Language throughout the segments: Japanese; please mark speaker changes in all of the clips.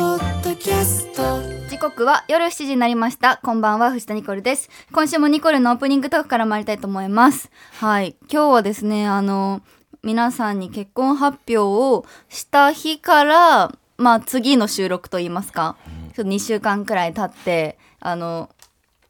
Speaker 1: キャスト
Speaker 2: 時刻は夜7時になりましたこんばんは藤田ニコルです今週もニコルのオープニングトークから参りたいと思いますはい今日はですねあの皆さんに結婚発表をした日からまあ次の収録といいますかちょっと2週間くらい経ってあの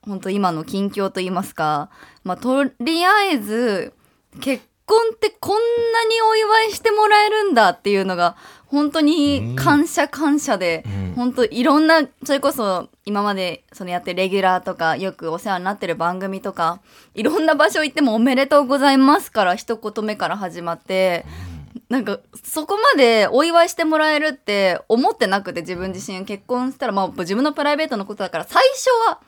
Speaker 2: 本当今の近況といいますかまあとりあえず結婚ってこんなにお祝いしてもらえるんだっていうのが本当に感謝感謝で、
Speaker 3: うん
Speaker 2: 本当いろんなそれこそ今までそのやってるレギュラーとかよくお世話になってる番組とかいろんな場所行っても「おめでとうございます」から一言目から始まってなんかそこまでお祝いしてもらえるって思ってなくて自分自身結婚したらまあ自分のプライベートのことだから最初は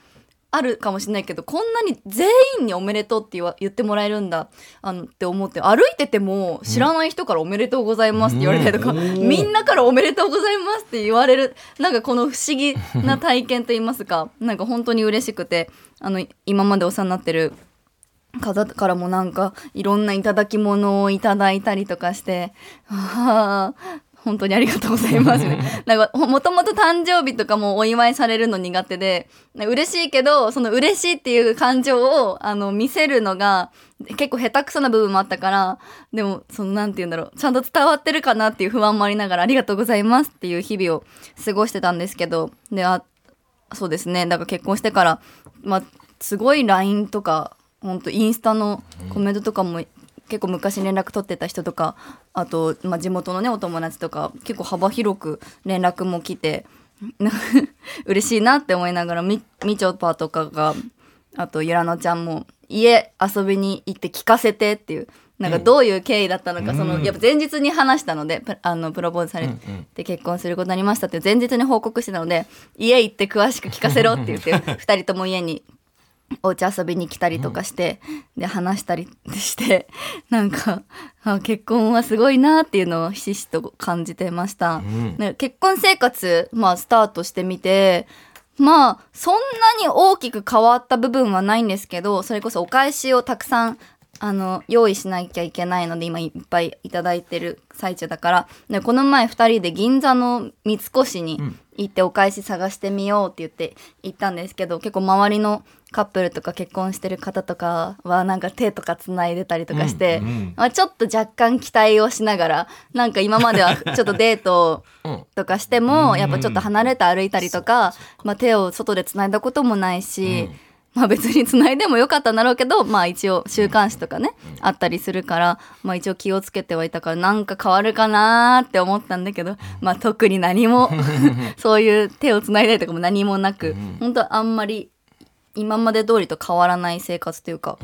Speaker 2: あるかもしれないけどこんなに全員に「おめでとう」って言わ言ってもらえるんだあのって思って歩いてても知らない人から「おめでとうございます」って言われたりとか、
Speaker 3: うん
Speaker 2: みんなから「おめでとうございます」って言われるなんかこの不思議な体験といいますかなんか本当に嬉しくてあの今までお世話になってる方からもなんかいろんないただき物をいただいたりとかして、 ああ、本当にありがとうございますね。 なんかほもともと誕生日とかもお祝いされるの苦手で、ね嬉しいけど、その嬉しいっていう感情をあの見せるのが結構下手くそな部分もあったから、でもそのなんて言うんだろう、ちゃんと伝わってるかなっていう不安もありながらありがとうございますっていう日々を過ごしてたんですけど、で、あそうですね。だから結婚してから、まあ、すごい LINE とか、本当インスタのコメントとかも、結構昔連絡取ってた人とか、あと、まあ、地元のね、お友達とか、結構幅広く連絡も来て、 な嬉しいなって思いながら、み、みちょぱとかが、あと、ゆらのちゃんも、家遊びに行って聞かせてっていう、なんかどういう経緯だったのか、その、やっぱ前日に話したので、プあの、プロポーズされて、で結婚することになりましたって前日に報告してたので家行って詳しく聞かせろって言って 二人とも家にお家遊びに来たりとかして、で話したりしてなんかあ結婚はすごいなっていうのをひしひしと感じてました、
Speaker 3: ん
Speaker 2: ね結婚生活、まあ、スタートしてみてまあそんなに大きく変わった部分はないんですけどそれこそお返しをたくさんあの用意しなきゃいけないので今いっぱいいただいてる最中だからでこの前2人で銀座の三越に行ってお返し探してみようって言って行ったんですけど結構周りのカップルとか結婚してる方とかはなんか手とかつないでたりとかして、
Speaker 3: うんうん
Speaker 2: まあ、ちょっと若干期待をしながらなんか今まではちょっとデート
Speaker 3: うん
Speaker 2: とかしてもやっぱちょっと離れて歩いたりとか、まあ、手を外でつないだこともないし、まあ、別につないでもよかったんだろうけど、まあ、一応週刊誌とかねあったりするから、まあ、一応気をつけてはいたからなんか変わるかなーって思ったんだけど、まあ、特に何 もそういう手をつないだりとかも何もなく本当あんまり今まで通りと変わらない生活というか、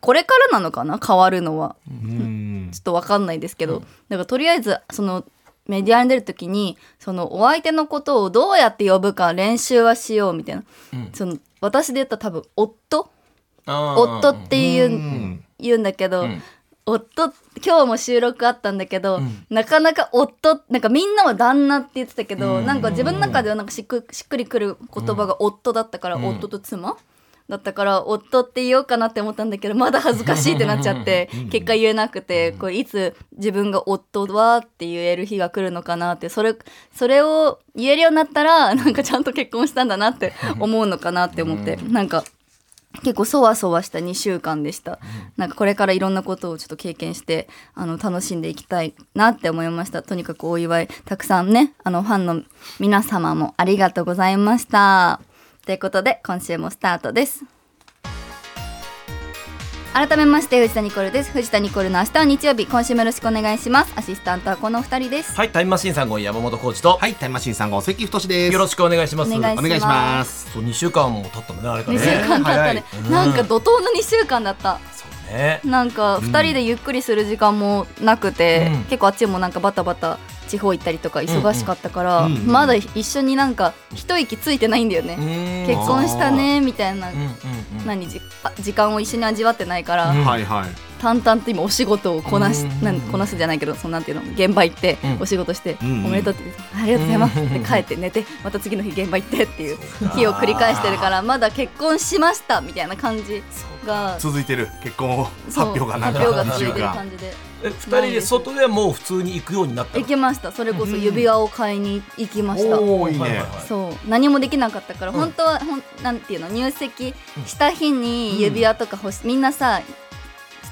Speaker 2: これからなのかな変わるのは。
Speaker 3: うん
Speaker 2: ちょっとわかんないですけど、だからとりあえずそのメディアに出る時にそのお相手のことをどうやって呼ぶか練習はしようみたいな、
Speaker 3: ん
Speaker 2: その私で言ったら多分夫
Speaker 3: あー
Speaker 2: 夫っていう、
Speaker 3: ん
Speaker 2: 言うんだけど、
Speaker 3: ん
Speaker 2: 夫今日も収録あったんだけど、なかなか夫なんかみんなは旦那って言ってたけど、なんか自分の中ではなんかしっくしっくりくる言葉が夫だったから、夫と妻だったから夫って言おうかなって思ったんだけどまだ恥ずかしいってなっちゃって結果言えなくてこれいつ自分が夫はって言える日が来るのかなってそれそれを言えるようになったらなんかちゃんと結婚したんだなって思うのかなって思って、なんか結構そわそわした2週間でした、なんかこれからいろんなことをちょっと経験してあの楽しんでいきたいなって思いましたとにかくお祝いたくさんねあのファンの皆様もありがとうございましたということで今週もスタートです改めまして藤田ニコルです藤田ニコルの明日は日曜日今週もよろしくお願いしますアシスタントはこのお二人です、
Speaker 3: はいタイムマシーンさんご山本浩二と、
Speaker 4: はい、タイムマシーンさんがお関太です。
Speaker 3: よろしくお願いします
Speaker 2: お願い
Speaker 4: お願いします。
Speaker 3: そう二週間も経ったもんねあれから
Speaker 2: 2
Speaker 3: ね
Speaker 2: 週間経ったね、なんか怒涛の2週間だった
Speaker 3: そうね
Speaker 2: なんか2人でゆっくりする時間もなくて、
Speaker 3: うん
Speaker 2: 結構あっちもなんかバタバタ地方行ったりとか忙しかったから、
Speaker 4: うんうん
Speaker 2: まだ一緒になんか一息ついてないんだよ
Speaker 3: う
Speaker 2: ね、
Speaker 3: ん
Speaker 2: 結婚したねみたいな、
Speaker 3: うんうんうん
Speaker 2: 何じあ時間を一緒に味わってないから、
Speaker 3: うん
Speaker 4: はいはい。
Speaker 2: 淡々と今お仕事をこなし、
Speaker 3: うん
Speaker 2: なんこなすじゃないけどそのなんていうの現場行って
Speaker 3: うん
Speaker 2: お仕事して、
Speaker 4: うん
Speaker 2: おめでとうってありがとうございますって帰って寝てまた次の日現場行ってっていう日を繰り返してるからまだ結婚しましたみたいな感じが
Speaker 4: 続いてる結婚を
Speaker 2: そ
Speaker 4: 発
Speaker 2: う
Speaker 4: 表がなんか
Speaker 2: 発表が
Speaker 4: 二
Speaker 2: 続
Speaker 4: 週
Speaker 2: いてる
Speaker 4: 間。
Speaker 2: 感じで
Speaker 3: え二人で外でもう普通に行くようになった
Speaker 2: 行きましたそれこそ指輪を買いに行きました、
Speaker 4: おーいい
Speaker 3: はいはい
Speaker 4: ね
Speaker 3: は。い
Speaker 2: そう何もできなかったから、
Speaker 3: うん
Speaker 2: 本当はほんなんていうの入籍した日に指輪とか欲し、みんなさ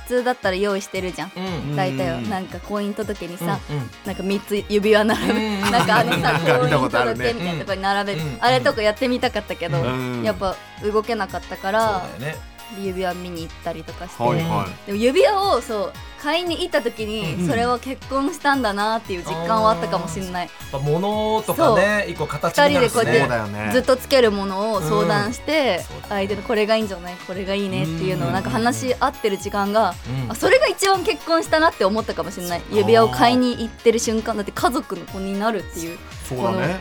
Speaker 2: 普通だったら用意してるじゃん、
Speaker 3: うん
Speaker 2: 大体は
Speaker 4: うん
Speaker 2: なんか婚姻届に
Speaker 3: う
Speaker 2: さ、
Speaker 3: んうん
Speaker 2: なんか3つ指輪並べ、
Speaker 3: うん
Speaker 2: なんかあのさ
Speaker 4: 見
Speaker 2: 婚
Speaker 4: たこ
Speaker 2: 姻
Speaker 4: とある
Speaker 2: 届け
Speaker 4: ね
Speaker 2: みたいなとこに並べて、
Speaker 3: うん
Speaker 2: あれとかやってみたかったけど、
Speaker 4: うん
Speaker 2: やっぱ動けなかったから
Speaker 3: そうだよね
Speaker 2: 指輪見に行ったりとかして、
Speaker 4: はいは
Speaker 2: でも指輪をそう買いに行った時にそれは結婚したんだなっていう実感はあったかもしれない、
Speaker 3: やっぱ物とかね一個形になるし
Speaker 2: 二人
Speaker 4: い。
Speaker 2: でこうや
Speaker 4: そ
Speaker 2: っ
Speaker 4: う
Speaker 3: ね
Speaker 4: だよね。
Speaker 2: ずっとつけるものを相談して、
Speaker 3: うんそうだね
Speaker 2: 相手のこれがいいんじゃないこれがいいねっていうの
Speaker 3: う
Speaker 2: を
Speaker 3: ん
Speaker 2: なんか話し合ってる時間が、
Speaker 3: うん
Speaker 2: あそれが一番結婚したなって思ったかもしれない
Speaker 4: そう
Speaker 2: 指輪を買いに行ってる瞬間だって家族の子になるっていう
Speaker 4: そうだね。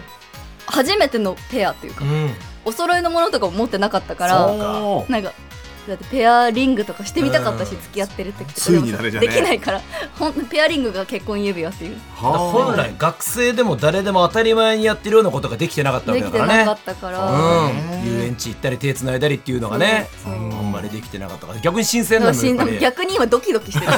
Speaker 2: 初めてのペアというか、
Speaker 3: うん
Speaker 2: お揃いのものとかも持ってなかったから
Speaker 4: そう
Speaker 2: なんかだってペアリングとかしてみたかったし、
Speaker 3: うん
Speaker 2: 付き合ってる時とか
Speaker 4: ついにだねじゃね
Speaker 2: できないからほんペアリングが結婚指輪っていう
Speaker 4: はあ
Speaker 3: 本来学生でも誰でも当たり前にやってるようなことができてなかったわ
Speaker 2: で
Speaker 3: けだ
Speaker 2: き
Speaker 3: か
Speaker 2: てな
Speaker 3: ら
Speaker 2: か
Speaker 3: ね
Speaker 2: ったか
Speaker 4: た
Speaker 2: ら。
Speaker 4: ね
Speaker 3: うん、遊園地行ったり手つないだりっていうのがね
Speaker 2: そうそう
Speaker 3: うんあんまりできてなかったから逆に新鮮な
Speaker 2: だ
Speaker 3: の
Speaker 2: から
Speaker 3: よやっぱ
Speaker 2: しん
Speaker 3: り
Speaker 2: 逆に今ドキドキしてる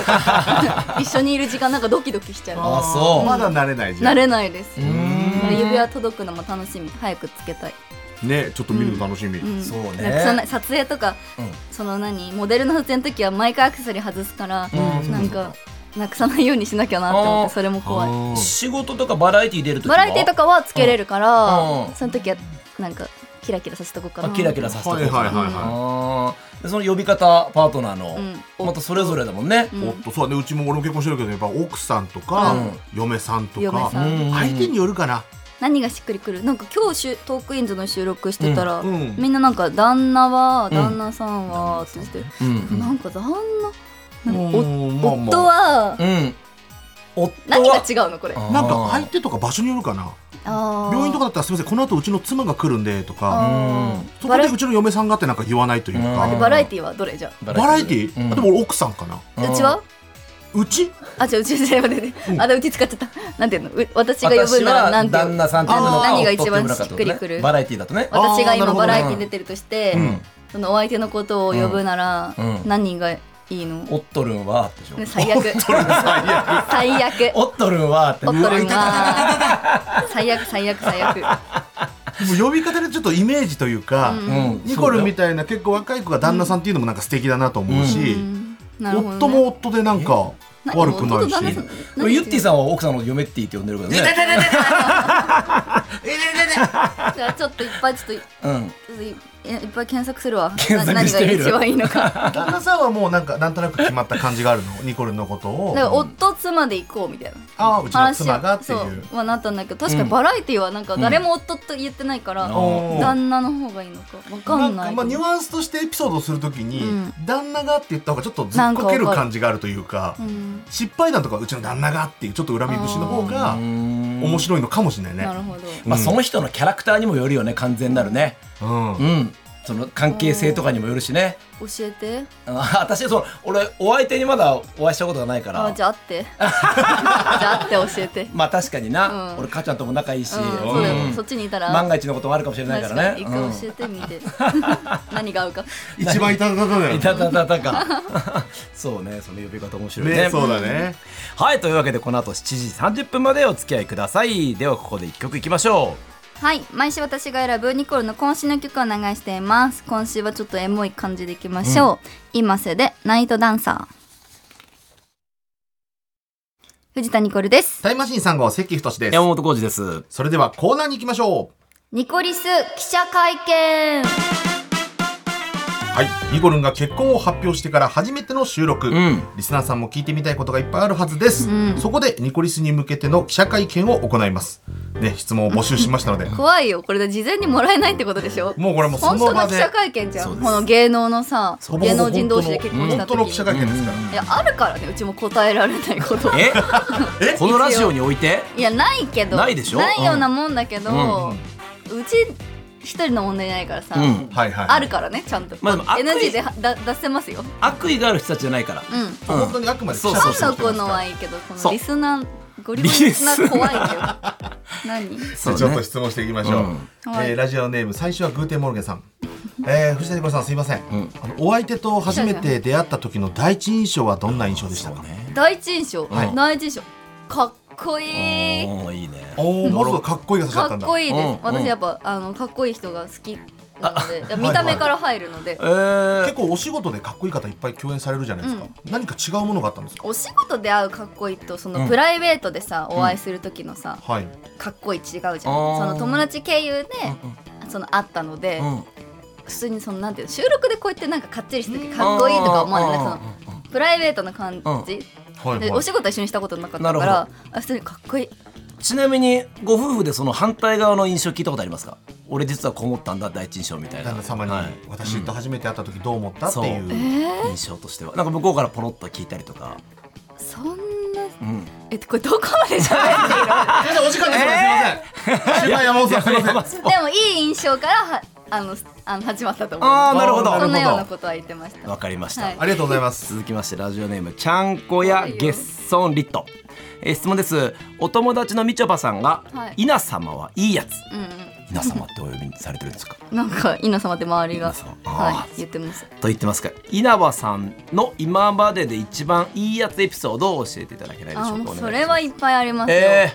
Speaker 2: 一緒にいる時間なんかドキドキしちゃう
Speaker 3: あそう
Speaker 4: まだ慣れないじゃ
Speaker 2: 慣
Speaker 4: ん。
Speaker 2: れないです
Speaker 3: うーん
Speaker 2: 指輪届くのも楽しみ早くつけたい、
Speaker 4: ね、ちょっと見るの楽しみ。
Speaker 2: ん
Speaker 3: そう
Speaker 2: な
Speaker 3: ね
Speaker 2: んかそんな撮影とか、
Speaker 3: うん
Speaker 2: その何モデルの撮影の時は毎回アクセサリー外すから、
Speaker 3: うん
Speaker 2: なんかなくさないようにしなきゃなって思っ
Speaker 3: あー
Speaker 2: てそれも怖い
Speaker 4: は
Speaker 3: 仕事とかバラエティー出るとき
Speaker 2: バラエティーとかはつけれるから、
Speaker 3: うんうん
Speaker 2: その時はなんかキラキラさせとこうかな
Speaker 3: キラキラさせて
Speaker 4: いはいはいは
Speaker 3: はいでその呼び方パートナーの、
Speaker 2: うん
Speaker 3: またそれぞれだもんね
Speaker 2: う、
Speaker 4: い。
Speaker 2: ん
Speaker 4: おっと、そうだね。うちも俺も結婚してるけど、やっぱ奥さんとか
Speaker 3: うん、
Speaker 4: 嫁さんと
Speaker 2: 嫁
Speaker 4: か
Speaker 2: さ。ん
Speaker 3: うん
Speaker 4: 相手によるかな。
Speaker 2: 何がしっくりくるなんか今日しゅトークインズの収録してたら、
Speaker 4: うんうん
Speaker 2: みんななんか旦那は
Speaker 3: ん
Speaker 2: 旦那さんはって言って、
Speaker 3: うん
Speaker 2: なんか旦那なんかお
Speaker 4: うんまあまあ
Speaker 2: 夫は
Speaker 3: うん、うん、夫は
Speaker 2: 何が違うのこれあ
Speaker 4: なんか相手とか場所によるかな。
Speaker 2: あー
Speaker 4: 病院とかだったらすみませんこの後うちの妻が来るんでとか
Speaker 2: あー
Speaker 4: そこ
Speaker 2: バ
Speaker 4: で
Speaker 2: ラエ
Speaker 4: うちの嫁さんがってなんか言わないという
Speaker 3: う
Speaker 2: あ
Speaker 3: ん
Speaker 2: で
Speaker 4: か
Speaker 2: バラエティはどれじゃ
Speaker 3: バ
Speaker 4: バラエティーあでも俺奥さんかな
Speaker 2: あうちは
Speaker 4: うち
Speaker 2: あじゃうちじゃ待って待ってあでうち使っちゃったなんていうのう私が呼ぶ
Speaker 3: 私
Speaker 2: なら
Speaker 3: は
Speaker 2: なんていう
Speaker 3: 旦
Speaker 2: の
Speaker 3: 那さんって呼ぶのか
Speaker 2: あー何が
Speaker 3: 夫て呼ぶのか
Speaker 2: 一番しっくりくる
Speaker 3: ってことねバラエティーだとね
Speaker 4: あ
Speaker 2: 私が
Speaker 4: なる
Speaker 2: 今
Speaker 4: ほど
Speaker 2: バラエティ出てるとして、
Speaker 3: うん
Speaker 2: そのお相手のことを呼ぶなら、
Speaker 3: うんうん
Speaker 2: 何がいいの、
Speaker 3: おっとるんはでしょ
Speaker 2: 最悪 最悪
Speaker 3: おっとるんはって
Speaker 2: おっとるんは最悪最悪最悪
Speaker 4: もう呼び方でちょっとイメージというか
Speaker 3: うん
Speaker 4: ニコルみ
Speaker 3: た
Speaker 4: たいな結構若い子が旦那さんっていうのもなんか素敵だなと思うし
Speaker 2: うんなるほどね
Speaker 4: 夫も夫でなんか
Speaker 2: 何
Speaker 4: 悪くない
Speaker 2: 夫と旦
Speaker 4: し
Speaker 2: 那さん
Speaker 3: いな
Speaker 2: 何
Speaker 3: ユッティさんは奥さんの嫁って言って呼んでるけどね
Speaker 2: じゃあちょっといっぱいちょっと
Speaker 3: うん
Speaker 2: ちょっといえいっぱい検索するわ。
Speaker 3: 検索してみる
Speaker 2: な何が一番いいのか。だか
Speaker 4: 旦那さんはもうなんかなんとなく決まった感じがあるのニコルのことを
Speaker 2: ら夫妻で行こうみたいな
Speaker 4: ああうちの
Speaker 2: 話
Speaker 4: 妻がってい
Speaker 2: そううはなったんだけど、確かにバラエティはなんか誰も夫と言ってないから、
Speaker 3: うん
Speaker 2: 旦那の方がいいのかわかん
Speaker 4: ん
Speaker 2: な
Speaker 4: か
Speaker 2: い。
Speaker 4: まあニュアンスとしてエピソードをするときに、
Speaker 2: うん
Speaker 4: 旦那がって言った方がちょっとずっこける感じがあるというか
Speaker 2: うん
Speaker 4: 失敗談とかうちの旦那がっていうちょっと恨み節の方が面白いのかもしれないね
Speaker 2: なるほど。
Speaker 3: まあその人のキャラクターにもよるよね完全なるね
Speaker 4: うん
Speaker 3: うんその関係性とかにもよるしね
Speaker 2: 教えて。
Speaker 3: あ 私その俺お相手にまだお会いしたことがないから
Speaker 2: あじゃあ会って。じゃあ会って教えて。
Speaker 3: まあ確かにな、
Speaker 2: うん
Speaker 3: 俺母ちゃんとも仲いいし、
Speaker 2: うん、そうだよ
Speaker 3: うん
Speaker 2: そっちにいたら。
Speaker 3: 万が一のこともあるかもしれないか
Speaker 2: 確からに
Speaker 3: ね
Speaker 2: 一
Speaker 3: うん
Speaker 2: 回教えてみて何が合うか
Speaker 4: 一番いただただよ
Speaker 3: いたたたた かそうねその呼び方面白いね
Speaker 4: ねそうだね
Speaker 3: はいというわけでこの後7時30分までお付き合いくださいではここで一曲いきましょ
Speaker 2: はい毎週私が選ぶニコルの渾身の曲を流しています今週はちょっとエモい感じでいきましょう、今瀬でナイトダンサー藤田ニコルです
Speaker 4: タイムマシーン3号関太で
Speaker 3: う
Speaker 4: す
Speaker 3: 山本浩二です
Speaker 4: それではコーナーに行きましょう
Speaker 2: ニコリス記者会見
Speaker 4: はいニコルンが結婚を発表してから初めての収録、
Speaker 3: うん
Speaker 4: リスナーさんも聞いてみたいことがいっぱいあるはずです、そこでニコリスに向けての記者会見を行いますね質問を募集しましたので
Speaker 2: 怖いよこれで事前にもらえないってことでしょ
Speaker 4: もうこれもうそ
Speaker 2: 本
Speaker 4: の
Speaker 2: 当
Speaker 4: 場
Speaker 2: の記
Speaker 4: で
Speaker 2: 者会見じゃ
Speaker 3: そうんです
Speaker 2: この芸能のさ
Speaker 4: そう
Speaker 2: 芸能人同士で結婚した
Speaker 4: 本当の記
Speaker 2: 時
Speaker 4: 者会見ですから、
Speaker 2: いやあるからねうちも答えられないこと
Speaker 3: えこのラジオにおいて
Speaker 2: いやないけど
Speaker 3: ないでしょ
Speaker 2: ないようなもんだけど、う
Speaker 3: うん
Speaker 2: ち一人の問題ないからさ、
Speaker 3: うん
Speaker 4: はいはい
Speaker 2: あるからねちゃんと、
Speaker 3: まあでも悪意
Speaker 2: NG ではだ出せますよ
Speaker 3: 悪意がある人たちじゃないから
Speaker 2: うん
Speaker 3: うん
Speaker 4: 本当にあくまで記
Speaker 3: そう
Speaker 4: 者
Speaker 3: そ
Speaker 4: と
Speaker 3: う
Speaker 2: フ
Speaker 4: して
Speaker 2: ァンの子
Speaker 4: やってま
Speaker 2: の
Speaker 4: すから
Speaker 2: はいいけどこの
Speaker 3: そう
Speaker 2: リスナーゴリゴリリスナー 怖いよ何
Speaker 3: そうね
Speaker 4: じゃあちょっと質問していきましょう、
Speaker 3: うん
Speaker 2: はい
Speaker 4: えーラジオネーム最初はグーテンモルゲンさんえー、藤田ニコルさんすいません、あのお相手と初めて出会った時の第一印象はどんな印象でしたかね
Speaker 2: 第一印象、
Speaker 3: はい
Speaker 2: 第一印象かっこいい
Speaker 3: おーいいね
Speaker 4: おおまずはかっこいいが刺さ
Speaker 2: か
Speaker 4: った
Speaker 2: っ
Speaker 4: んだ
Speaker 2: こいいです、
Speaker 3: うん
Speaker 2: 私やっぱあのかっこいい人が好きなのでいや見た目から入るので
Speaker 3: えー
Speaker 4: 結構お仕事でかっこいい方いっぱい共演されるじゃないですか、何か違うものがあったんですか
Speaker 2: お仕事で会うかっこいいとその
Speaker 3: ん
Speaker 2: プライベートでさ、お会いする時のさ
Speaker 4: はい
Speaker 2: かっこいい違うじゃん、そ
Speaker 3: ー
Speaker 2: の友達経由で、その会ったので、
Speaker 3: うん
Speaker 2: 普通にそのなんていうの収録でこうやってなんかかっちりしててかっこいいとか思わないなんかそのプライベートな感じ、
Speaker 4: はいはい
Speaker 2: でお仕事一緒にしたことなかった
Speaker 3: なる
Speaker 2: か
Speaker 3: ほ
Speaker 2: ら
Speaker 3: ど
Speaker 2: あ普通にかっこいい
Speaker 3: ちなみにご夫婦でその反対側の印象聞いたことありますか俺実はこう思ったんだ第一印象みたいな
Speaker 4: 旦那様に、
Speaker 3: はい
Speaker 4: 私と初めて会った時どう思った、っていう
Speaker 3: そう印象としてはなんか向こうからポロッと聞いたりとか、
Speaker 2: そんな
Speaker 3: うん、
Speaker 2: えこれどこまでじゃ ない
Speaker 4: すいませんお時間です、 すいません先輩山本さんすいません
Speaker 2: でもいい印象からはあのすあの始まったと思い
Speaker 3: あ
Speaker 2: ま
Speaker 3: あなるほど
Speaker 2: す。そんなような
Speaker 3: わ
Speaker 2: ことは言ってました。
Speaker 3: かりました、
Speaker 2: はい
Speaker 4: ありがとうござい ます
Speaker 3: 続きましてラジオネームちゃんこやゲッソンリット、えー質問ですお友達のみちょぱさんが、
Speaker 2: はい
Speaker 3: 稲様はいいやつ
Speaker 2: うん
Speaker 3: 稲様ってお呼びにされてるんですか
Speaker 2: うん、なんか稲様って周りが
Speaker 3: 稲様あ
Speaker 2: は
Speaker 3: ー
Speaker 2: い言ってます。
Speaker 3: と言ってますが稲葉さんの今までで一番いいやつエピソードを教えていただけないでし
Speaker 2: あ
Speaker 3: ょう
Speaker 2: も
Speaker 3: か
Speaker 2: うそれはいっぱいありますよ。
Speaker 3: え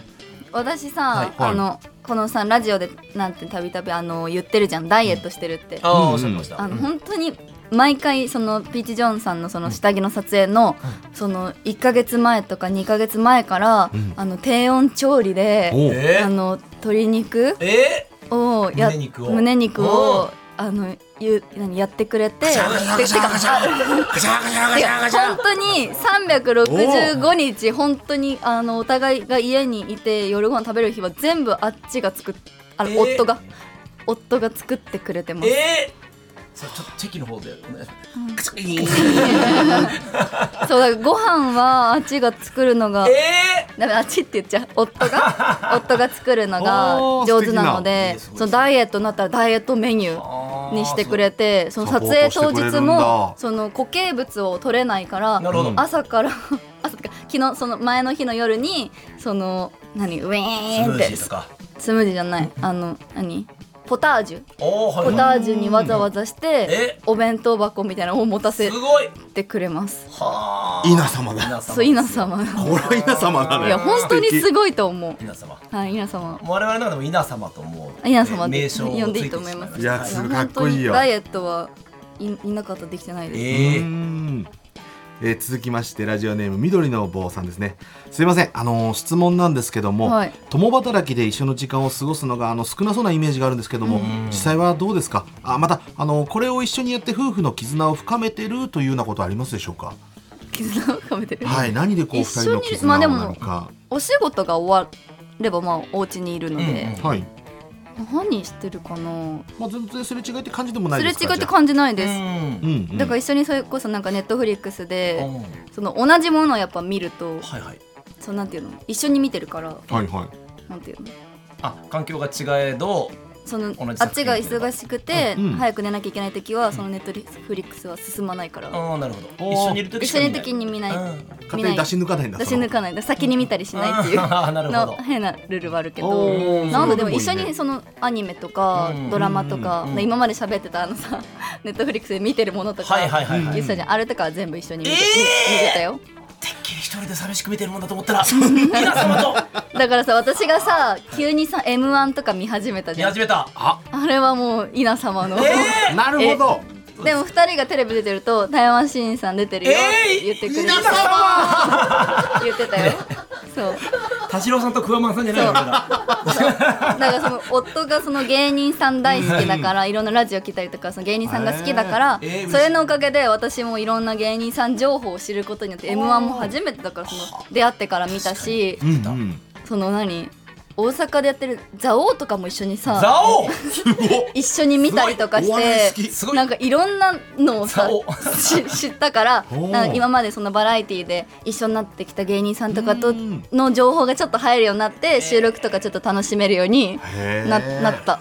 Speaker 2: 私さ、
Speaker 4: はいはい
Speaker 2: あのこのさラジオでなんてたびたびあの言ってるじゃんダイエットしてるって。
Speaker 3: ー、あーおっしゃってました、
Speaker 2: あの本当に毎回そのピーチ・ジョンさんのその下着の撮影のその1か月前とか2か月前からあの低温調理
Speaker 4: お
Speaker 2: で
Speaker 4: う
Speaker 3: え
Speaker 2: あ
Speaker 3: ー、
Speaker 2: の鶏肉
Speaker 3: え
Speaker 2: をや
Speaker 3: 胸肉を
Speaker 2: 胸肉
Speaker 3: う
Speaker 2: をあのゆ何やってくれてでてかあ本当に365日本当にあのお互いが家にいて夜ご飯食べる日は全部あっちが作っあの、
Speaker 3: えー
Speaker 2: 夫が夫が作ってくれてま
Speaker 3: ー、
Speaker 2: す。
Speaker 3: えー、それちょっとチェキの方でお願いします、え
Speaker 2: そうだからご飯はあっちが作るのが
Speaker 3: え
Speaker 2: ダメあっちって言っちゃう夫が 夫が作るのが
Speaker 4: おー
Speaker 2: 上手なの
Speaker 3: 素敵ない
Speaker 2: で
Speaker 3: いです
Speaker 2: そのダイエットになったらダイエットメニュ
Speaker 3: あ
Speaker 2: ー
Speaker 3: ー
Speaker 2: にしてくれてその
Speaker 4: サ
Speaker 2: 撮
Speaker 4: ポー
Speaker 2: 影
Speaker 4: トして
Speaker 2: 当
Speaker 4: くれるんだ
Speaker 2: 日もその固形物を取れないから
Speaker 3: なるほど
Speaker 2: 朝から 朝とか昨日その前の日の夜にその何ウィ
Speaker 3: ス
Speaker 2: ー
Speaker 3: ム
Speaker 2: ンって
Speaker 3: ージーとか
Speaker 2: スムージーじゃないあの何ポタージュ
Speaker 3: おーはい
Speaker 2: ポタージュにわざわざし
Speaker 3: え
Speaker 2: てお弁当箱みたいなのを持たせ
Speaker 3: すごい
Speaker 2: てくれます。
Speaker 3: はあ
Speaker 4: 稲様だ
Speaker 3: 稲様
Speaker 2: そう稲様
Speaker 4: これは稲様だね
Speaker 2: いや本当にすごいと思
Speaker 3: 稲様
Speaker 2: う。はい、皆様。
Speaker 3: 我々の中でも稲様と思う
Speaker 2: 稲様で
Speaker 3: 名称を
Speaker 2: 呼んでいいと思います
Speaker 3: つてし
Speaker 4: いや
Speaker 3: ま
Speaker 4: す
Speaker 3: ま
Speaker 4: ごいかっこいいよ
Speaker 2: 本当にダイエットはいいなかったらできてないです。
Speaker 3: え
Speaker 4: うー
Speaker 3: ー、
Speaker 4: んえー続きましてラジオネーム緑の坊さんですねすいませんあのー質問なんですけども、
Speaker 2: はい
Speaker 4: 共働きで一緒の時間を過ごすのがあの少なそうなイメージがあるんですけども実際はどうですかあまたあのーこれを一緒にやって夫婦の絆を深めてるというようなことありますでしょうか
Speaker 2: 絆を深めてる。
Speaker 4: はい何でこう二
Speaker 2: 一緒に
Speaker 4: 人の絆
Speaker 2: まあで
Speaker 4: な
Speaker 2: も
Speaker 4: のか、
Speaker 2: お仕事が終わればまあお家にいるので、
Speaker 4: はい
Speaker 2: 何してるかな。
Speaker 4: まあ、全然すれ違いって感じでもな
Speaker 2: す
Speaker 4: い
Speaker 2: れ
Speaker 4: ですか
Speaker 2: 違いって感じないです。
Speaker 3: ん
Speaker 4: じゃあうんうん
Speaker 2: だから一緒にそれこそなんかネットフリックスで
Speaker 3: うん
Speaker 2: その同じものをやっぱ見ると
Speaker 3: はいはい
Speaker 2: そうなんていうの一緒に見てるから
Speaker 4: はいはい
Speaker 2: なんていうの
Speaker 3: あ環境が違えど
Speaker 2: その
Speaker 3: 同じ
Speaker 2: あ
Speaker 3: 作
Speaker 2: っち
Speaker 3: 品
Speaker 2: が
Speaker 3: 見てれば
Speaker 2: 忙しくて、
Speaker 4: うん
Speaker 2: 早く寝なきゃいけない時はそのネットフリックスは進まないから、
Speaker 3: ああなるほど
Speaker 4: おー
Speaker 3: 一緒にいる時
Speaker 2: 一
Speaker 3: しか
Speaker 2: 緒
Speaker 3: 見
Speaker 2: に
Speaker 3: ない
Speaker 2: 時に見ない、
Speaker 3: うん
Speaker 4: 勝手に出し抜かないんだ
Speaker 2: 出し抜
Speaker 4: その
Speaker 2: かない先に見たりしないっていう
Speaker 3: あーなるほ
Speaker 2: の
Speaker 3: ど
Speaker 2: 変なルールはあるけ
Speaker 4: お
Speaker 2: ど
Speaker 4: ー
Speaker 2: なんででも一
Speaker 4: そ
Speaker 2: 緒
Speaker 4: れでもいいね
Speaker 2: にそのアニメとか
Speaker 3: うん
Speaker 2: ドラマとか
Speaker 3: うん
Speaker 2: 今まで喋ってたあのさ ネットフリックスで見てるものとか
Speaker 3: はいはいはいはい
Speaker 2: 言ってたじゃんあれとかは全部一緒に見て
Speaker 3: えー
Speaker 2: 見てたよ
Speaker 3: てっきり一人で寂しく見てるもんだと思ったら稲様 と
Speaker 2: だからさ私がさ急にさ m 1とか見始めた
Speaker 3: 見
Speaker 2: じゃん
Speaker 3: 始めたあ
Speaker 2: あれはもう稲様の。
Speaker 3: え
Speaker 4: なるほど
Speaker 2: でも二人がテレビ出てると台湾シーンさん出てるよって言ってくれる、言ってたよそう
Speaker 3: ー田代さんとクワマンさんじゃないのかな
Speaker 2: だからその夫がその芸人さん大好きだからいろんなラジオ来たりとかその芸人さんが好きだから
Speaker 3: えーえー嬉しい
Speaker 2: それのおかげで私もいろんな芸人さん情報を知ることによって m 1も初めてだからその出会ってから見たし
Speaker 4: うんうん
Speaker 2: その何大阪でやってる「蔵王」とかも一緒にさ
Speaker 3: ザオ
Speaker 2: 一緒に見たりとか
Speaker 4: すごいお笑
Speaker 2: し
Speaker 4: い好き
Speaker 2: て
Speaker 3: すごい
Speaker 2: なんかいろんなのをさ
Speaker 3: 蔵
Speaker 2: し 知ったから
Speaker 4: おー
Speaker 2: なんか今までそのバラエティーで一緒になってきた芸人さんとか
Speaker 4: う
Speaker 2: と
Speaker 4: ん
Speaker 2: の情報がちょっと入るようになって収録とかちょっと楽しめるように
Speaker 4: へー
Speaker 2: ななった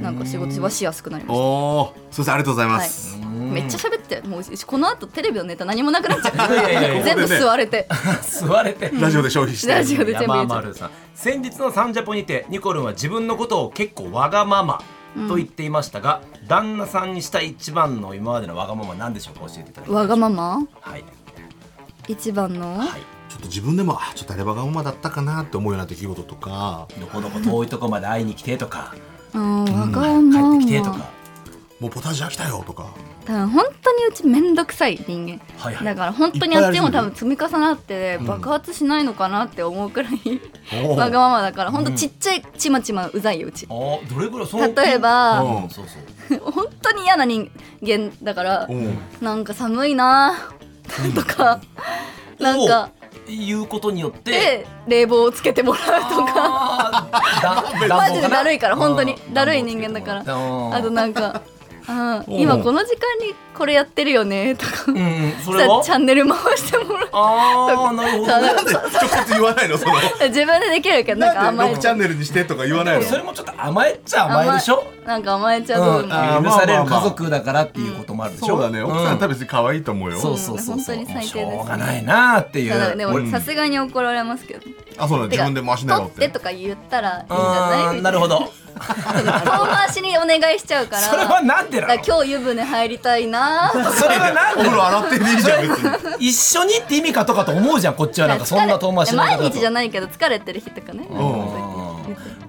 Speaker 2: なんか仕事はしやすくなりまし
Speaker 4: おお、すいません、ありがとうございます。
Speaker 2: ためっちゃ喋ってもうこの後テレビのネタ何もなくなっちゃう
Speaker 3: いやいやいや
Speaker 2: 全部吸われて
Speaker 3: 座れて
Speaker 4: ラジオで消費して。
Speaker 2: ラジオで全部
Speaker 3: 山
Speaker 2: 言っちゃう
Speaker 3: 丸さん先日のサンジャポにてニコルンは自分のことを結構わがままと言っていましたが、旦那さんにした一番の今までのわがままなんでしょうか教えていただき
Speaker 2: わがまま
Speaker 3: はい
Speaker 2: 一番の、
Speaker 3: はい
Speaker 4: ちょっと自分でもあちょっとあれわがままだったかなって思うような出来事とか
Speaker 3: どこどこ遠いとこまで会いに来てとか
Speaker 2: うんわがま
Speaker 3: 帰
Speaker 2: ま、
Speaker 3: ってきてとか
Speaker 4: もうポタージュ飽きたよとか
Speaker 2: 多分本当にうちめんどくさい人間、
Speaker 3: はいはい
Speaker 2: だから本当にあっち
Speaker 4: いっ
Speaker 2: も
Speaker 4: ぱ
Speaker 2: 多
Speaker 4: いある
Speaker 2: 分積み重なって
Speaker 4: ん
Speaker 2: 爆発しないのかなって思うくらい、
Speaker 4: おう
Speaker 2: わがままだから本当ちっちゃいちまちまうざいうち
Speaker 3: あーどれぐらいその
Speaker 2: 例え
Speaker 3: う
Speaker 2: ば
Speaker 3: んそうそう
Speaker 2: 本当に嫌な人間だから
Speaker 4: うん
Speaker 2: なんか寒いなとかなんか
Speaker 3: お言うことによって
Speaker 2: で冷房をつけてもらうとか
Speaker 3: あーだ
Speaker 2: マジでだるいから本当に
Speaker 3: うん
Speaker 2: だるい人間だから
Speaker 3: 暖
Speaker 2: あ
Speaker 3: 房つけてもらって
Speaker 2: となんかあー
Speaker 4: おう
Speaker 2: 今この時間にこれやってるよねとか
Speaker 3: うんうんそ
Speaker 2: そ
Speaker 3: れ
Speaker 2: したら
Speaker 3: は
Speaker 2: チャンネル回してもらう
Speaker 3: ああなる
Speaker 2: そう
Speaker 3: ほどね
Speaker 4: なんで直接言わないのその
Speaker 2: 自分でできるけどなんか
Speaker 4: なん
Speaker 2: 甘
Speaker 4: で
Speaker 2: え
Speaker 4: 6チャンネルにしてとか言わないの
Speaker 3: それもちょっと甘えっちゃ甘えでしょ
Speaker 2: 甘えなんか甘えち
Speaker 3: う
Speaker 2: ゃう部分
Speaker 3: ん、許
Speaker 2: も
Speaker 3: され
Speaker 4: あーまあまあ
Speaker 3: る
Speaker 4: まあ
Speaker 3: 家族だからっていうこともあるでしょ
Speaker 4: そうだね奥さん
Speaker 3: う
Speaker 4: 多分別に可愛いと思うよ
Speaker 3: そうそうそうそう
Speaker 2: うん本当に最低です
Speaker 3: しょうがないなーっていう
Speaker 2: そうだで
Speaker 3: う
Speaker 2: も
Speaker 3: ん
Speaker 2: さすがに怒られますけど
Speaker 4: あそうなの
Speaker 2: て
Speaker 4: 自
Speaker 2: か
Speaker 4: 分で回しなよっ
Speaker 2: 取って
Speaker 4: て
Speaker 2: とか言ったらいいんじゃ
Speaker 3: あ
Speaker 2: な
Speaker 3: ー
Speaker 2: い
Speaker 3: なるほど
Speaker 2: 遠回しにお願いしちゃうから
Speaker 3: それはなんで
Speaker 2: だ
Speaker 3: な
Speaker 2: から
Speaker 3: の
Speaker 2: 今日湯船入りたいなー
Speaker 3: それはなん
Speaker 4: お
Speaker 3: で
Speaker 4: 風呂洗ってでいいじゃん別 に
Speaker 3: 一緒にって意味かとかと思うじゃんこっちはなんかそんな遠回しの言い方だ
Speaker 2: 毎
Speaker 3: と
Speaker 2: 日じゃないけど疲れてる日とかね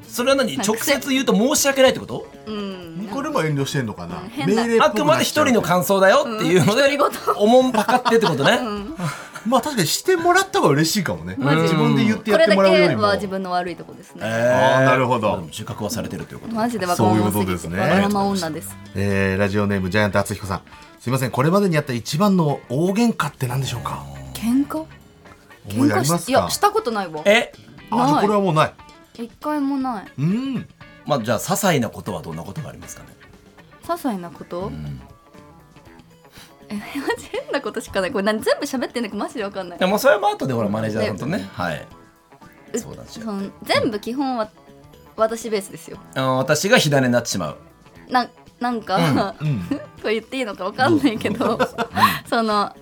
Speaker 3: それは何
Speaker 2: なん
Speaker 3: 直
Speaker 2: か
Speaker 3: 接言うと申し訳ないってこと
Speaker 2: うん
Speaker 4: これも遠慮してんのかな
Speaker 2: うん変な
Speaker 4: 命令っぽ
Speaker 3: あ
Speaker 4: くなっちゃ
Speaker 3: く
Speaker 4: う
Speaker 3: まで一人の感想だよっていうので、おもんぱかってってことね、
Speaker 4: まあ確かにしてもらった方が嬉しいかもね
Speaker 2: マジで
Speaker 4: 自分で言って
Speaker 2: こ
Speaker 4: やっ
Speaker 2: れ
Speaker 4: て
Speaker 2: だ
Speaker 4: もらうより
Speaker 2: け
Speaker 4: も
Speaker 2: は自分の悪いとこです
Speaker 3: え
Speaker 2: ね
Speaker 3: ー
Speaker 4: あーなるほど
Speaker 3: でも自覚はされてるということ
Speaker 2: マジでわがまま
Speaker 4: そういう
Speaker 2: す
Speaker 4: こと
Speaker 2: ぎ
Speaker 4: です
Speaker 2: て
Speaker 4: ね
Speaker 2: わがまま女です
Speaker 4: えーラジオネームジャイアント厚彦さんすいませんこれまでにやった一番の大喧嘩って何でしょうか
Speaker 2: 喧嘩
Speaker 4: 思
Speaker 2: 喧
Speaker 4: いあ
Speaker 2: 嘩
Speaker 4: ります
Speaker 2: しい
Speaker 4: か
Speaker 2: やしたことないわ
Speaker 3: え
Speaker 4: あじゃあこれはもうない
Speaker 2: 一回もない
Speaker 4: うん
Speaker 3: まあじゃあ些細なことはどんなことがありますかね
Speaker 2: 些細なことえマジ変なことしかないこれ何全部喋ってんのかマジでわかんない
Speaker 3: でもそれも後でほらマネージャーさんとねはい相談しよう
Speaker 2: その全部基本は私ベースですよ
Speaker 3: あー私が火種になってしまう
Speaker 2: ななんか、
Speaker 4: うん
Speaker 2: これ言っていいのかわかんないけど、その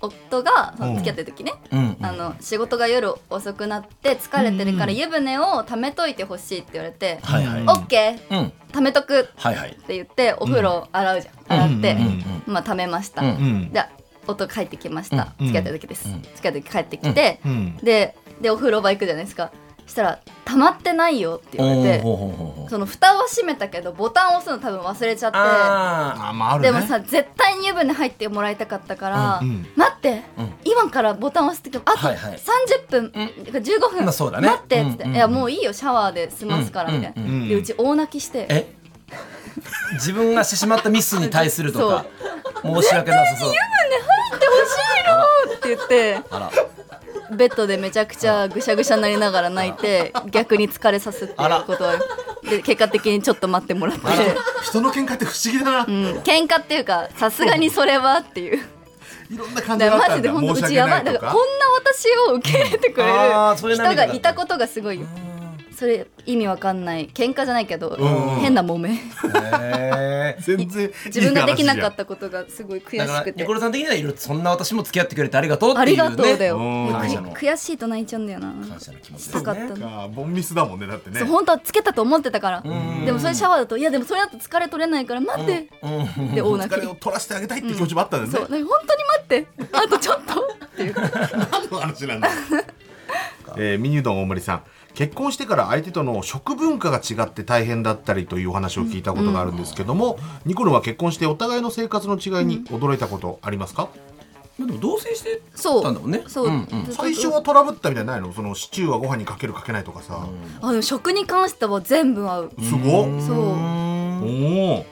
Speaker 2: 夫がその付き合ってる時ね、
Speaker 3: うん
Speaker 2: あの仕事が夜遅くなって疲れてるから湯船を溜めといてほしいって言われて
Speaker 3: はいは
Speaker 2: 「
Speaker 3: い
Speaker 2: オッケー
Speaker 3: うん
Speaker 2: 溜めとく」っ
Speaker 3: はいはい
Speaker 2: て言ってお風呂洗うじゃん、洗って、
Speaker 4: うんうん
Speaker 3: うん
Speaker 2: まあ溜めました、
Speaker 3: う
Speaker 4: うんん
Speaker 2: で夫帰ってきました、
Speaker 4: うん
Speaker 2: 付き合ってる時です、
Speaker 3: うん
Speaker 2: 付き合ってる時帰ってきて、
Speaker 4: うん
Speaker 2: ででお風呂場行くじゃないですかしたら「溜まってないよ」って
Speaker 3: お
Speaker 2: 言われ
Speaker 3: ー
Speaker 2: て
Speaker 3: ほうほうほうほう
Speaker 2: その蓋を閉めたけどボタンを押すの多分忘れちゃって。
Speaker 3: あ
Speaker 4: あまああるね
Speaker 2: でもさ絶対に湯船入ってもらいたかったから、
Speaker 4: うんうん
Speaker 2: 待って、
Speaker 3: うん
Speaker 2: 今からボタン押してけどあと
Speaker 3: はいはい
Speaker 2: 30分、てか15分、
Speaker 3: まあそうだね
Speaker 2: 待ってっつって、
Speaker 3: うんうんうん
Speaker 2: いやもういいよシャワーで済
Speaker 3: ー
Speaker 2: ますからみたいな、
Speaker 3: う
Speaker 2: う
Speaker 3: んうんうん
Speaker 4: ん
Speaker 2: でうち大泣きして
Speaker 3: え自分がしてしまったミスに対するとか申し訳なさ そう
Speaker 2: 「って言って
Speaker 3: あら
Speaker 2: ベッドでめちゃくちゃぐしゃぐしゃになりながら泣いて逆に疲れさすっていうことはで結果的にちょっと待ってもらって、
Speaker 4: 人の喧嘩って不思議だ
Speaker 2: う、
Speaker 4: なん
Speaker 2: 喧嘩っていうかさすがにそれはっていう。
Speaker 4: いろんな感情
Speaker 2: だ
Speaker 4: が
Speaker 2: か
Speaker 4: あっ
Speaker 2: らマジで本当
Speaker 4: たんだ
Speaker 2: うち
Speaker 4: 申し訳
Speaker 2: やば
Speaker 4: ないい
Speaker 2: だ
Speaker 4: と
Speaker 2: から
Speaker 4: か
Speaker 2: こんな私を受け入れてくれる
Speaker 3: あーそういう
Speaker 2: 人
Speaker 3: 涙
Speaker 2: が
Speaker 3: だった
Speaker 2: いたことがすごいよそれ意味わかんない喧嘩じゃないけど
Speaker 4: うん
Speaker 2: 変な揉め
Speaker 3: へー
Speaker 4: 全然
Speaker 2: 自分ができなかったたことがすごい悔
Speaker 3: だ
Speaker 2: し
Speaker 3: から
Speaker 2: く
Speaker 3: ニ
Speaker 2: て
Speaker 3: コルさん的にはいろいろそんな私も付き合ってくれてありがとうっていう
Speaker 2: あ
Speaker 3: ね
Speaker 2: りがとうだよ
Speaker 4: うん
Speaker 2: もう
Speaker 3: 感謝の
Speaker 2: 悔しいと泣いちゃうんだよな
Speaker 3: 感謝の気持ち
Speaker 2: し
Speaker 3: で
Speaker 2: た
Speaker 3: す
Speaker 2: かっ
Speaker 3: ね
Speaker 2: たの
Speaker 4: ボンミスだもんねだってね
Speaker 2: そう本当はつけたと思ってたから
Speaker 3: ん
Speaker 2: でもそれシャワーだといやでもそれだと疲れ取れないから待って
Speaker 3: うん
Speaker 2: で大泣
Speaker 4: 疲
Speaker 2: き
Speaker 4: れを取らせてあげたいって気持ちもあったんだ
Speaker 2: そ
Speaker 4: よ
Speaker 2: う
Speaker 4: ね
Speaker 2: なんか本当に待ってあとちょっとっていう
Speaker 4: 何の話 なんだえーミニうどん大森さん結婚してから相手との食文化が違って大変だったりというお話を聞いたことがあるんですけども、ニコルは結婚してお互いの生活の違いに驚いたことありますか、
Speaker 3: でも同棲して
Speaker 2: そう
Speaker 3: たんだもんね
Speaker 2: そう
Speaker 3: うんうん
Speaker 2: ずっと
Speaker 4: 最初はトラブったみたいなのないのそのシチューはご飯にかけるかけないとかさ、
Speaker 2: あでも食に関しては全部合う
Speaker 4: すごっ
Speaker 2: そう
Speaker 4: お
Speaker 3: う
Speaker 4: ー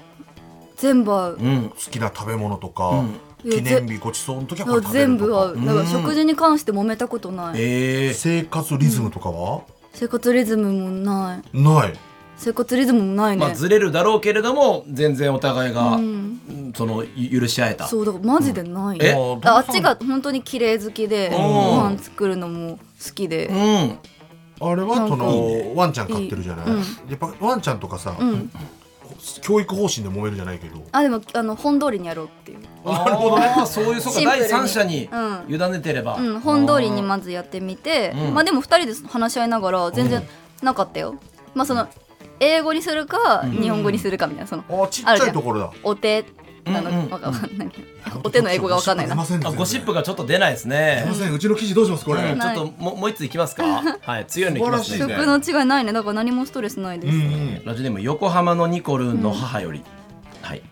Speaker 2: 全部合う
Speaker 3: うん
Speaker 4: 好きな食べ物とか、
Speaker 2: うん
Speaker 4: 記念日ごちそうの時はこれ食べ
Speaker 2: 全
Speaker 4: ると
Speaker 2: 部合
Speaker 4: か
Speaker 2: うだから食事に関して揉めたことない
Speaker 3: えー
Speaker 4: 生活リズムとかは、
Speaker 2: 生活リズムもない
Speaker 4: ない
Speaker 2: 生活リズムもないね、
Speaker 3: まあずれるだろうけれども全然お互いが
Speaker 2: うん
Speaker 3: その許し合えた
Speaker 2: そうだからマジでない、
Speaker 3: え
Speaker 2: ああっちが本当に綺麗好きで
Speaker 3: お
Speaker 2: ご
Speaker 3: ー
Speaker 2: 飯作るのも好きで
Speaker 3: うん
Speaker 4: あれは
Speaker 2: な
Speaker 4: そ
Speaker 2: んかいい
Speaker 4: のワンちゃん飼ってるじゃない
Speaker 2: いいうん
Speaker 4: やっぱワンちゃんとかさ、
Speaker 2: うん
Speaker 4: 教育方針で揉めるじゃないけど
Speaker 2: あでもあの本通りにやろうっていう
Speaker 3: なるほどねそういうそう
Speaker 2: シンプ
Speaker 3: か
Speaker 2: ルに
Speaker 3: 第三者に
Speaker 2: う
Speaker 3: 委ねてれば
Speaker 2: うん本通りにまずやってみて
Speaker 3: うん
Speaker 2: まあでも2人で話し合いながら全然なかったよまあその英語にするか日本語にするかみたいなその
Speaker 4: あちっちゃいところだ
Speaker 2: お手なの
Speaker 3: うんうんうん
Speaker 2: わかわかんないお手の英語がわかんないな
Speaker 4: 出ませんね
Speaker 3: あゴシップがちょっと出ないですね
Speaker 4: 出ま。せんうちの記事どうしますこれ、
Speaker 3: うんちょっとももう一ついきます か。はい、強いのいきます
Speaker 4: 素晴らしい
Speaker 3: ね。
Speaker 2: 曲の違いないねだから何もストレスないです、
Speaker 4: うん
Speaker 3: ラジオネーム横浜のニコルンの母より、はい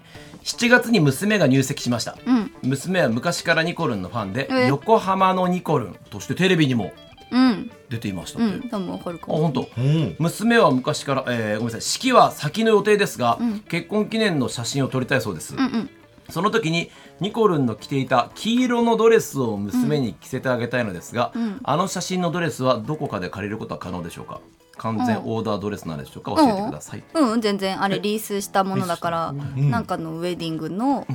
Speaker 3: 7月に娘が入籍しました、
Speaker 2: うん
Speaker 3: 娘は昔からニコルンのファンで
Speaker 2: え
Speaker 3: 横浜のニコルンとしてテレビにも
Speaker 2: うん
Speaker 3: 出ていました
Speaker 2: う
Speaker 3: って、あ
Speaker 2: ん多分わかるかも
Speaker 3: 本当
Speaker 4: うん、うん
Speaker 3: 娘は昔から、えーごめんなさい式は先の予定ですが、
Speaker 2: うん
Speaker 3: 結婚記念の写真を撮りたいそうです、
Speaker 2: うんうん
Speaker 3: その時にニコルンの着ていた黄色のドレスを娘に着せてあげたいのですが、
Speaker 2: うん
Speaker 3: あの写真のドレスはどこかで借りることは可能でしょうか完全オーダードレスなんでしょうか教えてください、
Speaker 2: うん、全然あれリースしたものだから、
Speaker 4: ん
Speaker 2: なんかのウェディングの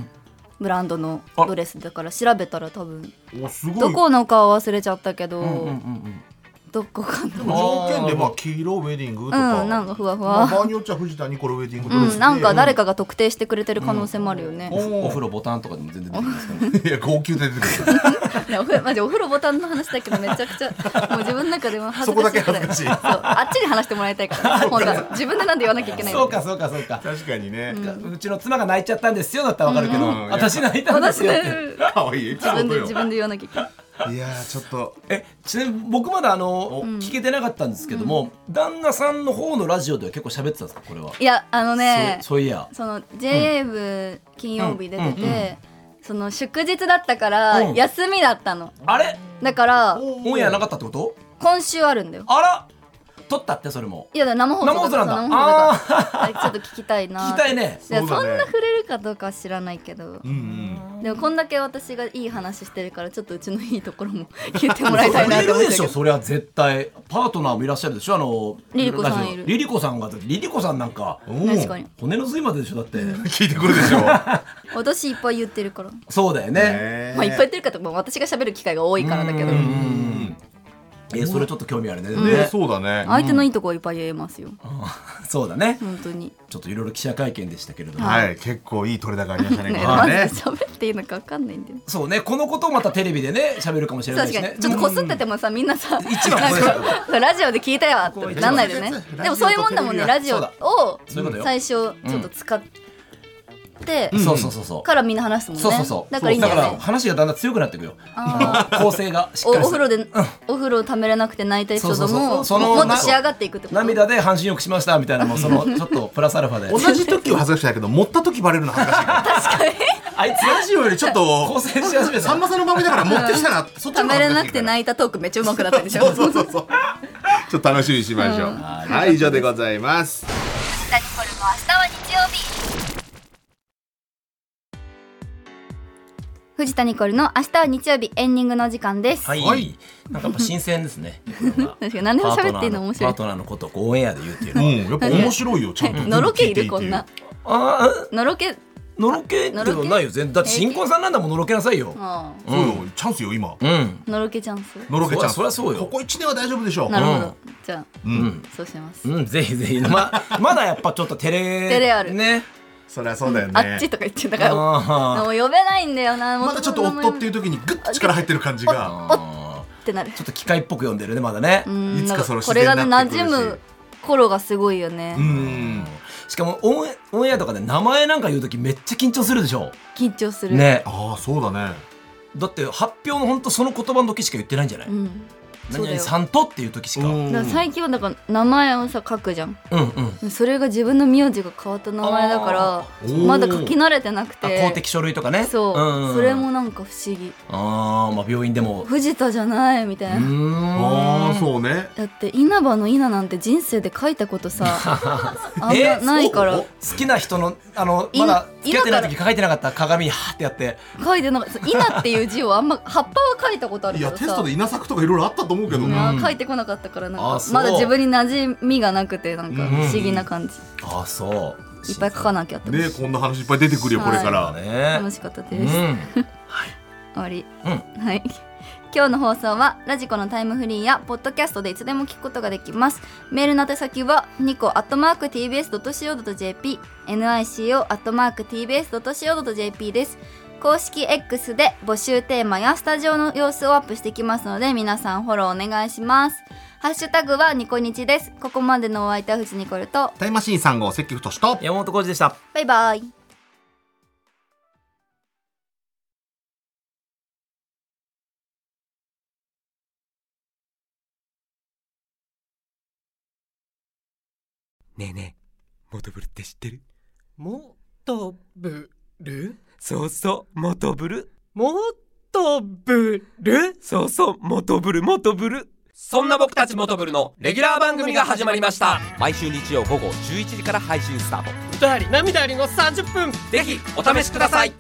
Speaker 2: ブランドの
Speaker 3: あ
Speaker 2: ドレスだから調べたら多分
Speaker 4: おすご
Speaker 2: ど
Speaker 4: い
Speaker 2: このかは忘れちゃったけど、
Speaker 3: うんうんうん
Speaker 2: どこか
Speaker 4: で
Speaker 2: の
Speaker 4: も条件でまあ黄色ウェディングとか、
Speaker 2: うんなんかふわふ
Speaker 4: まあ、場
Speaker 2: わ、
Speaker 4: 合によっちゃ藤田ニコルウェディングドレス
Speaker 2: う
Speaker 4: で
Speaker 2: ん、なんか誰かが特定してくれてる可能性もあるよ ね、
Speaker 3: おふお風呂ボタンとかでも全然出てきますからね。
Speaker 4: いや号泣で出てくる
Speaker 2: ねお風呂マジお風呂ボタンの話だけどめちゃくち ゃもう自分の中では恥ず
Speaker 4: そこ
Speaker 2: か
Speaker 4: だ
Speaker 2: し
Speaker 4: け
Speaker 2: いくら
Speaker 4: 恥ず
Speaker 2: い
Speaker 4: かしい
Speaker 2: そうあっちに話してもらいたい から本当は自分でなんで言わなきゃいけないの
Speaker 3: そうかそうかそうか。
Speaker 4: 確かにね、
Speaker 3: うちの妻が泣いちゃったんですよだったらわかるけど、
Speaker 4: うん
Speaker 3: 私泣いたんで
Speaker 2: 私
Speaker 3: すよ
Speaker 2: で
Speaker 3: って。
Speaker 4: かわいいエピソ
Speaker 2: 自分
Speaker 4: ード
Speaker 2: で
Speaker 4: よ
Speaker 2: 自分で言わなきゃいけない
Speaker 4: いやーちょっと
Speaker 3: え、ちなみに僕まだあの聞けてなかったんですけども、旦那さんの方のラジオでは結構喋ってたんですかこれは。
Speaker 2: いやあのね
Speaker 3: そそういや。
Speaker 2: その JA 部金曜日出てて、
Speaker 3: うんうんう
Speaker 2: その祝日だったから
Speaker 3: うん
Speaker 2: 休みだったの、
Speaker 3: あれ、
Speaker 2: だから
Speaker 3: オンエアなかったってこと？
Speaker 2: 今週あるんだよ
Speaker 3: あら、撮ったってそれも。
Speaker 2: いやだから生放送
Speaker 3: 生放送なんだ
Speaker 2: そう生放送だから あれちょっと聞きたいな
Speaker 3: 聞きたいね。
Speaker 2: いや
Speaker 4: そうだ
Speaker 2: そ
Speaker 4: ね
Speaker 2: んな触れるかどうかは知らないけど、
Speaker 4: うんうん
Speaker 2: でもこんだけ私がいい話してるからちょっとうちのいいところも言ってもらいたいなって思って
Speaker 3: いるで
Speaker 2: る
Speaker 3: し
Speaker 2: け
Speaker 3: ょ
Speaker 2: ど
Speaker 3: それは絶対パートナーもいらっしゃるでしょあの
Speaker 2: リリコさんいる
Speaker 3: ラジオリリコさんがだってリリコさんなんか
Speaker 4: おー
Speaker 2: 確かに
Speaker 3: 骨の髄まででしょだって、
Speaker 4: 聞いてくるで しょ
Speaker 2: 私いっぱい言ってるから、
Speaker 3: そうだよね
Speaker 4: ね
Speaker 2: まあいっぱい言ってるかとか私が喋る機会が多いからだけど
Speaker 4: うん
Speaker 3: えそれちょっと興味あるね。
Speaker 4: ね
Speaker 3: ね
Speaker 4: そうだね
Speaker 2: 相手のいいとこはいっぱい言えますよ
Speaker 3: そうだね。
Speaker 2: 本当に
Speaker 3: ちょっといろいろ記者会見でしたけれども。
Speaker 4: はい結構いい取れ高ありましたね
Speaker 2: ね、
Speaker 4: 今
Speaker 2: ま ず
Speaker 4: ね
Speaker 2: 喋っていいのかわかんないんだよ。
Speaker 3: そうね、このことをまたテレビでね、喋るかもしれない
Speaker 2: 確
Speaker 3: し
Speaker 2: か
Speaker 3: ね。
Speaker 2: に、ちょっとこすっててもさ、みんなさ、
Speaker 3: 一番これ
Speaker 2: なんかラジオで聞いたよっ
Speaker 3: ここ
Speaker 2: て
Speaker 3: 一番
Speaker 2: なんないでね
Speaker 4: ラジオ。と
Speaker 2: でもそういうもんだもんね、
Speaker 4: テレ
Speaker 2: ラジオ
Speaker 3: そう
Speaker 2: を
Speaker 3: そういうことよ
Speaker 2: 最初ちょっと使って
Speaker 3: うんそうそうそうそう。
Speaker 2: からみんな話すもんね。
Speaker 3: そうそうそう。
Speaker 2: だからいいん
Speaker 3: だ
Speaker 2: だ
Speaker 3: か
Speaker 2: よ
Speaker 3: ら
Speaker 2: ね。
Speaker 3: 話がだんだん強くなっていくよ。
Speaker 2: あ
Speaker 3: 構成がしっ
Speaker 2: おお
Speaker 3: かり
Speaker 2: 風呂でお風呂をためれなくて泣いた人
Speaker 3: そ
Speaker 2: と
Speaker 3: うそうそう
Speaker 2: も
Speaker 3: その
Speaker 2: もっと仕上がっていくってこと。
Speaker 3: 涙で半身浴しましたみたいなも うそのちょっとプラスアルファで。
Speaker 4: 同じ時は恥ずかしいけど持った時バレるの恥ずかしいから
Speaker 3: あいつ
Speaker 4: ラジオよりちょっ
Speaker 3: 構
Speaker 4: と
Speaker 3: 成し始め
Speaker 4: さ
Speaker 3: た
Speaker 4: ん。まさんの番組だから持ってきたらそっち
Speaker 2: た
Speaker 4: の方が
Speaker 2: めれ
Speaker 4: 恥ず
Speaker 2: な
Speaker 4: かし
Speaker 2: く
Speaker 4: いか
Speaker 2: て
Speaker 4: ら
Speaker 2: 泣いたトークめっちゃ上手くなったでしょ。
Speaker 4: そうそうそうそうちょっと楽しみにしましょう、はい以上でございます
Speaker 2: ニコルも明日は日曜日藤田ニコルの明日は日曜日エンディングの時間です、
Speaker 3: はい、
Speaker 4: はい
Speaker 3: なんかやっぱ新鮮で すね。
Speaker 2: 確かに何でも喋っていいの面白
Speaker 3: パー
Speaker 2: い
Speaker 3: トナーのことをこうオンエアで言うっていう
Speaker 4: う
Speaker 3: のは。
Speaker 4: んやっぱ面白いよちゃんと
Speaker 2: のろけいるこんな
Speaker 3: ああ、
Speaker 2: のろけ
Speaker 3: のろけってのないよ。全だって新婚さんなんだもんのろけなさいよ。
Speaker 2: ああ
Speaker 4: そうよチャンスよ今
Speaker 3: うん。
Speaker 2: のろけチャンス
Speaker 4: のろけちゃん
Speaker 3: そりゃそうよ
Speaker 4: ここ一年は大丈夫でしょう
Speaker 2: なるほど、じゃあ
Speaker 4: うん
Speaker 2: そうします、
Speaker 3: うん、ぜひぜひ。ま、まだやっぱちょっと照れ。
Speaker 2: 照れある
Speaker 3: ね。
Speaker 4: そりゃそうだよね
Speaker 2: あっちとか言ってだからも
Speaker 3: あ
Speaker 2: う呼べないんだよな
Speaker 4: まだちょっと夫っていうう時にグッと力入ってる感じが
Speaker 3: あ。
Speaker 2: ってなる
Speaker 3: ちょっと機械っぽく読んでるね、まだね。
Speaker 2: うん
Speaker 4: いつかその
Speaker 2: これがね
Speaker 4: 自
Speaker 2: 馴
Speaker 4: 然になってく
Speaker 2: 染
Speaker 4: るし
Speaker 2: む頃がすごいよね、
Speaker 4: うん
Speaker 3: しかもオンエオンエアとかで名前なんか言うときめっちゃ緊張するでしょ。
Speaker 2: 緊張する、
Speaker 3: ね。
Speaker 4: ああそうだね
Speaker 3: だって発表の本当その言葉の時しか言ってないんじゃない
Speaker 2: うん、そうだ
Speaker 3: 何々
Speaker 2: よ
Speaker 3: さんとっていう時しか。うん
Speaker 2: だから最近はだから名前をさ書くじゃん
Speaker 3: うん。
Speaker 2: それが自分の名字が変わった名前だから
Speaker 4: ー
Speaker 2: まだ書き慣れてなく
Speaker 3: あ
Speaker 2: て
Speaker 3: 公的書類とかね。
Speaker 2: そう、
Speaker 3: んん
Speaker 2: それ。もなんか不思議
Speaker 3: ああ、まあ病院でも。
Speaker 2: 藤田じゃないみた
Speaker 3: う
Speaker 2: いな、
Speaker 3: ー
Speaker 4: ああそうね
Speaker 2: だって稲葉の稲なんて人生で書いた ことさあんま
Speaker 3: え
Speaker 2: ないか
Speaker 4: そ
Speaker 2: ら
Speaker 4: う
Speaker 3: 好きな人のあのまだ付き合ってない時書いてなかったら鏡にハーってやって
Speaker 2: 書いてなんかそう稲っていう字をあんま葉っぱは書いたことある
Speaker 4: い
Speaker 2: か
Speaker 4: や
Speaker 2: らさ
Speaker 4: テストで稲作とかいろいろあったと思うけど
Speaker 2: い
Speaker 4: な
Speaker 2: や書いてこなかったからなん
Speaker 3: あ
Speaker 2: か
Speaker 3: そう
Speaker 2: まだ自分に馴染みがなくてなんか不思議な感じ、
Speaker 3: ああそう
Speaker 2: いっぱい書かなきゃって
Speaker 4: ねこんな話いっぱい出てくるよこれから
Speaker 3: ね
Speaker 2: 楽しかったです、
Speaker 3: うん、
Speaker 2: 終わり、
Speaker 3: う
Speaker 2: はい 今日の放送はラジコのタイムフリーやポッドキャストでいつでも聞くことができますメールの宛先はニコアットマーク TBS.CO.JP nico アットマーク TBS.CO.JP です公式 X で募集テーマやスタジオの様子をアップしてきますので皆さんフォローお願いしますハッシュタグはニコニチですここまでのお相手は藤ニコルと
Speaker 4: タイムマシーン3号関太志と
Speaker 3: 山本浩二でした
Speaker 2: バイバイ
Speaker 1: ねえねえ、モトブルって知ってる
Speaker 5: もっとぶる
Speaker 1: そうそう、モトブル。
Speaker 5: もっとぶる
Speaker 1: そうそう、モトブル、モトブル。そんな僕たちモトブルのレギュラー番組が始まりました。毎週日曜午後11時から配信スタート。
Speaker 5: 歌あり涙ありの30分
Speaker 1: ぜひお試しください。